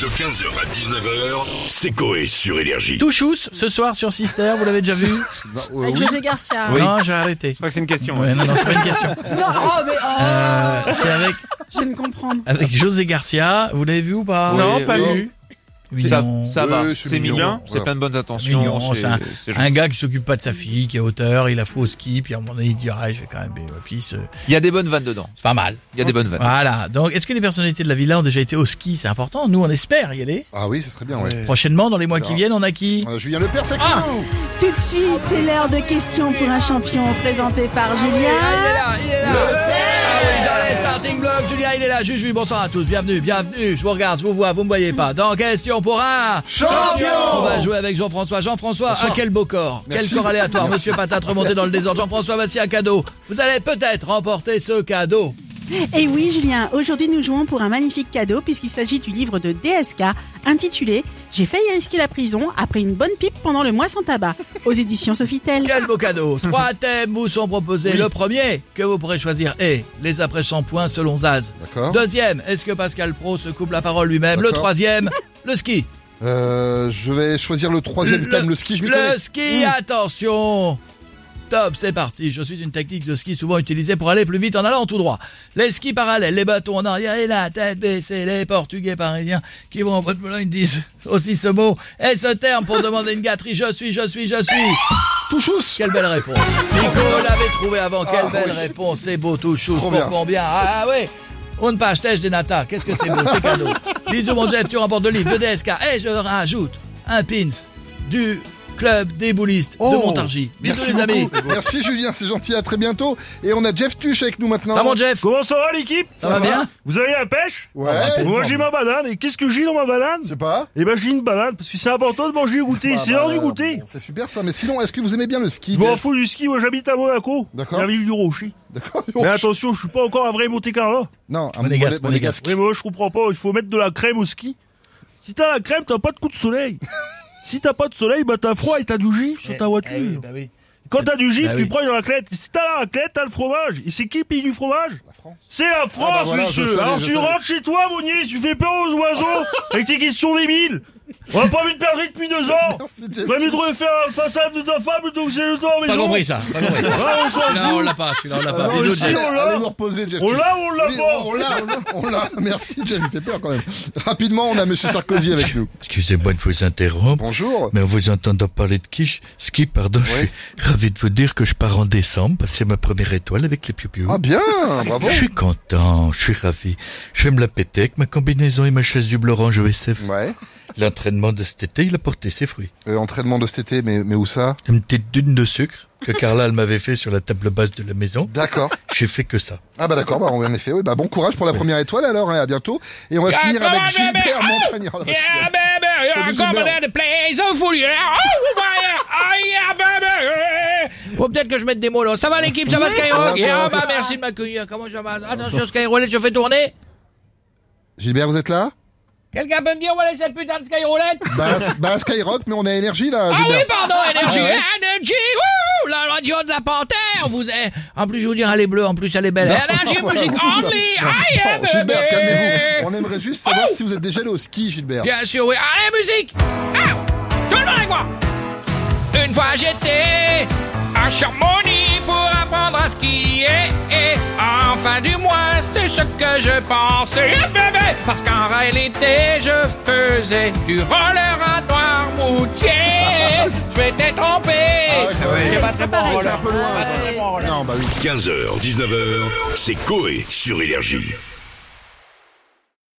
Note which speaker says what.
Speaker 1: De 15h à 19h, c'est Coé sur Énergie.
Speaker 2: Touchous, ce soir sur Sister, vous l'avez déjà vu
Speaker 3: Non, euh,
Speaker 4: Avec
Speaker 3: oui.
Speaker 4: José Garcia.
Speaker 3: Oui.
Speaker 2: Non, j'ai arrêté.
Speaker 3: Je crois que c'est une question. Ah.
Speaker 2: Ouais, non, non, c'est pas une question.
Speaker 4: Non, oh, mais oh,
Speaker 2: Euh, c'est avec,
Speaker 4: je viens de comprendre.
Speaker 2: avec José Garcia, vous l'avez vu ou pas
Speaker 3: Non,
Speaker 5: Oui,
Speaker 3: pas
Speaker 5: oui.
Speaker 3: vu.
Speaker 2: Oui,
Speaker 3: Ça,
Speaker 2: non.
Speaker 3: ça va,
Speaker 5: Oui, c'est
Speaker 3: Ah, c'est mignon,
Speaker 5: mignon,
Speaker 3: c'est
Speaker 5: voilà.
Speaker 3: plein de bonnes intentions.
Speaker 2: Mignon,
Speaker 3: c'est-
Speaker 2: c'est un-
Speaker 3: c'est gentil.
Speaker 2: Un gars qui s'occupe pas de sa fille, qui est auteur, il a faux au ski, puis à un moment donné, il dit, ah, je vais quand même, et puis c'est euh, c'est
Speaker 3: Il y a des bonnes vannes dedans.
Speaker 2: pas mal.
Speaker 3: Il y a des bonnes vannes.
Speaker 2: Voilà. Donc, est-ce que les personnalités de la villa ont déjà été au ski? C'est important. Nous, on espère y aller.
Speaker 5: Ah oui, ce serait bien, ouais.
Speaker 2: Prochainement, dans les mois qui
Speaker 5: Non.
Speaker 2: viennent, on a qui?
Speaker 5: Euh, Julien Lepers, c'est
Speaker 2: Ah
Speaker 5: nous
Speaker 4: Tout de suite, c'est l'heure de questions pour un champion présenté
Speaker 5: Ah
Speaker 4: par Julien.
Speaker 2: il est là. Ah oui, dans les starting blocks, Julien, il est là. Juju, bonsoir à tous. Bienvenue, bienvenue. Je vous regarde, je vous vois, vous me voyez pas. Dans question pour un champion. On va jouer avec Jean-François. Jean-François, ah, quel beau corps.
Speaker 5: Merci.
Speaker 2: Quel corps aléatoire.
Speaker 5: Merci.
Speaker 2: Monsieur Patate remonté dans le désordre. Jean-François, voici un cadeau. Vous allez peut-être remporter ce cadeau.
Speaker 4: Et oui, Julien, aujourd'hui nous jouons pour un magnifique cadeau puisqu'il s'agit du livre de DSK intitulé J'ai failli risquer la prison après une bonne pipe pendant le mois sans tabac aux éditions Sofitel.
Speaker 2: Quel beau cadeau. Trois thèmes vous sont proposés. Le premier que vous pourrez choisir est les après-shampoings selon Zaz.
Speaker 5: D'accord.
Speaker 2: Deuxième, est-ce que Pascal Pro se coupe la parole lui-même Le
Speaker 5: D'accord.
Speaker 2: troisième, le ski.
Speaker 5: Euh, je vais choisir le troisième
Speaker 2: Le-
Speaker 5: thème, le ski, je m'y connais. Hmm.
Speaker 2: Le ski, attention Top, c'est parti. Je suis une technique de ski souvent utilisée pour aller plus vite en allant tout droit. Les skis parallèles, les bâtons en arrière et la tête baissée. Les Portugais parisiens qui vont en bonne Pologne disent aussi ce mot et ce terme pour demander une gâterie. Je suis, je suis, je suis.
Speaker 5: Touchous
Speaker 2: Quelle belle réponse. Nico l'avait trouvé avant. Quelle belle réponse. C'est beau, tout chou.
Speaker 5: Ah, Trop
Speaker 2: Pour
Speaker 5: bien.
Speaker 2: combien Ah, ah oui. On ne pas acheter des nata. Qu'est-ce que c'est beau, c'est cadeau. Bisous, mon Jeff, tu remportes le livre de DSK. Et je rajoute un pins du club des boulistes de
Speaker 5: Oh,
Speaker 2: Montargis. Bisous,
Speaker 5: Merci
Speaker 2: les amis.
Speaker 5: beaucoup. Merci Julien, c'est gentil, à très bientôt. Et on a Jeff Tuch avec nous maintenant.
Speaker 2: Ça, mon Jeff,
Speaker 6: Comment ça va l'équipe
Speaker 2: ça va bien
Speaker 6: Vous allez à la pêche
Speaker 5: Ouais,
Speaker 2: Ah,
Speaker 6: Moi j'ai ma banane et qu'est-ce que j'ai dans ma
Speaker 5: je
Speaker 6: banane
Speaker 5: sais pas. Ah, bah,
Speaker 6: Eh ben j'ai une banane parce que c'est important de manger et goûter,
Speaker 2: Bah,
Speaker 6: c'est l'heure du goûter
Speaker 5: C'est super ça, mais sinon, est-ce que vous aimez bien le ski
Speaker 6: Je m'en
Speaker 5: Jeff
Speaker 6: fous du ski, moi j'habite à Monaco,
Speaker 5: D'accord.
Speaker 6: la ville du Rocher.
Speaker 5: D'accord.
Speaker 6: Mais attention, je suis pas encore un vrai Monte Carlo.
Speaker 5: Non, un
Speaker 2: Monégasque,
Speaker 5: Moné- Monégasque.
Speaker 6: Mais moi je comprends pas, il faut mettre de la crème au ski. Si t'as la crème, t'as pas de coup de soleil. si t'as pas de soleil, bah t'as froid et t'as du gif sur ta voiture. Quand t'as du gif,
Speaker 2: Bah
Speaker 6: tu
Speaker 2: oui.
Speaker 6: prends une raclette. Et Si t'as la raclette, t'as le fromage. Et c'est qui paye du fromage
Speaker 5: La France.
Speaker 6: C'est la France,
Speaker 5: Ah bah voilà, je
Speaker 6: monsieur
Speaker 5: savais,
Speaker 6: Alors
Speaker 5: je
Speaker 6: tu
Speaker 5: savais.
Speaker 6: rentres chez toi, Mounier, tu fais peur aux oiseaux avec tes questions débiles On a pas vu de perdre depuis deux ans
Speaker 5: Merci, Jeff
Speaker 6: T'aurais mieux de refaire la façade de ta femme plutôt que chez le toi en
Speaker 2: Pas
Speaker 6: maison
Speaker 2: compris ça. Pas compris.
Speaker 6: Ouais, on s'en
Speaker 2: Celui-là, on
Speaker 6: fout
Speaker 2: l'a pas. Celui-là, on l'a pas.
Speaker 6: Ah non,
Speaker 2: Bisous,
Speaker 6: le ski,
Speaker 2: Jeff.
Speaker 6: on l'a.
Speaker 5: Allez vous reposer, Jeff
Speaker 6: On
Speaker 5: Tuch.
Speaker 6: l'a ou on l'a
Speaker 5: Oui,
Speaker 6: pas
Speaker 5: on l'a, on l'a, on l'a. Merci, Jeff, il fait peur quand même. Rapidement, on a Monsieur Sarkozy avec nous.
Speaker 7: Excusez-moi de vous interrompre,
Speaker 5: Bonjour.
Speaker 7: mais en vous entendant parler de quiche, ski, pardon, je suis ravi de vous dire que je pars en décembre, passer ma première étoile avec les piou
Speaker 5: Ah bien, bravo.
Speaker 7: Je suis content, je suis ravi. Je vais me la péter avec ma combinaison et ma chaise du bleu orange ESF.
Speaker 5: Ouais.
Speaker 7: L'entraînement de cet été, il a porté ses fruits.
Speaker 5: Euh, entraînement de cet été, mais, mais où ça
Speaker 7: Une petite dune de sucre que Carla elle m'avait fait sur la table basse de la maison.
Speaker 5: D'accord.
Speaker 7: J'ai fait que ça.
Speaker 5: Ah bah d'accord, bah on- en effet, oui, bah bon courage pour la première étoile alors, hein, à bientôt. Et on va finir avec Gilbert Montagnard. Oh la vache, Gilbert. Salut, Gilbert.
Speaker 2: Faut peut-être que je mette des mots là. Ça va l'équipe, ça va Skyrock
Speaker 5: Oui, ça va,
Speaker 2: Ah
Speaker 5: ça
Speaker 2: bah merci de m'accueillir. Comment ça va Attention Skyrock, je fais tourner.
Speaker 5: Gilbert, vous êtes là
Speaker 2: Quelqu'un peut me dire où est cette putain de Skyroulette
Speaker 5: bah, bah Skyrock, mais on a énergie là,
Speaker 2: Ah oui,
Speaker 5: Gilbert.
Speaker 2: pardon, Energy,
Speaker 5: Ah ouais.
Speaker 2: Energy, wouh, la radio de la panthère, vous est. En plus, je vous dire, elle est bleue, en plus, elle est belle.
Speaker 5: Non,
Speaker 2: Energy
Speaker 5: voilà,
Speaker 2: Music
Speaker 5: vous-
Speaker 2: Only, I am
Speaker 5: Oh, Gilbert,
Speaker 2: baby.
Speaker 5: calmez-vous. On aimerait juste savoir si vous êtes déjà allé au ski, Gilbert.
Speaker 2: Bien sûr, oui. Allez, musique Ah Tout le monde avec moi Une fois j'étais à Chamonix pour apprendre à skier. Et en fin du mois, c'est ce que je pensais. Eh, bébé Parce qu'en réalité, je faisais du roller à Noirmoutier. je m'étais trompé
Speaker 5: Ah ouais, c'est vrai.
Speaker 2: J'ai pas très bon
Speaker 5: C'est
Speaker 2: roller.
Speaker 5: un peu loin. hein. bah
Speaker 2: Pas très bon roller.
Speaker 5: Non, bah oui.
Speaker 1: 15h, 19h, c'est Coé sur Énergie.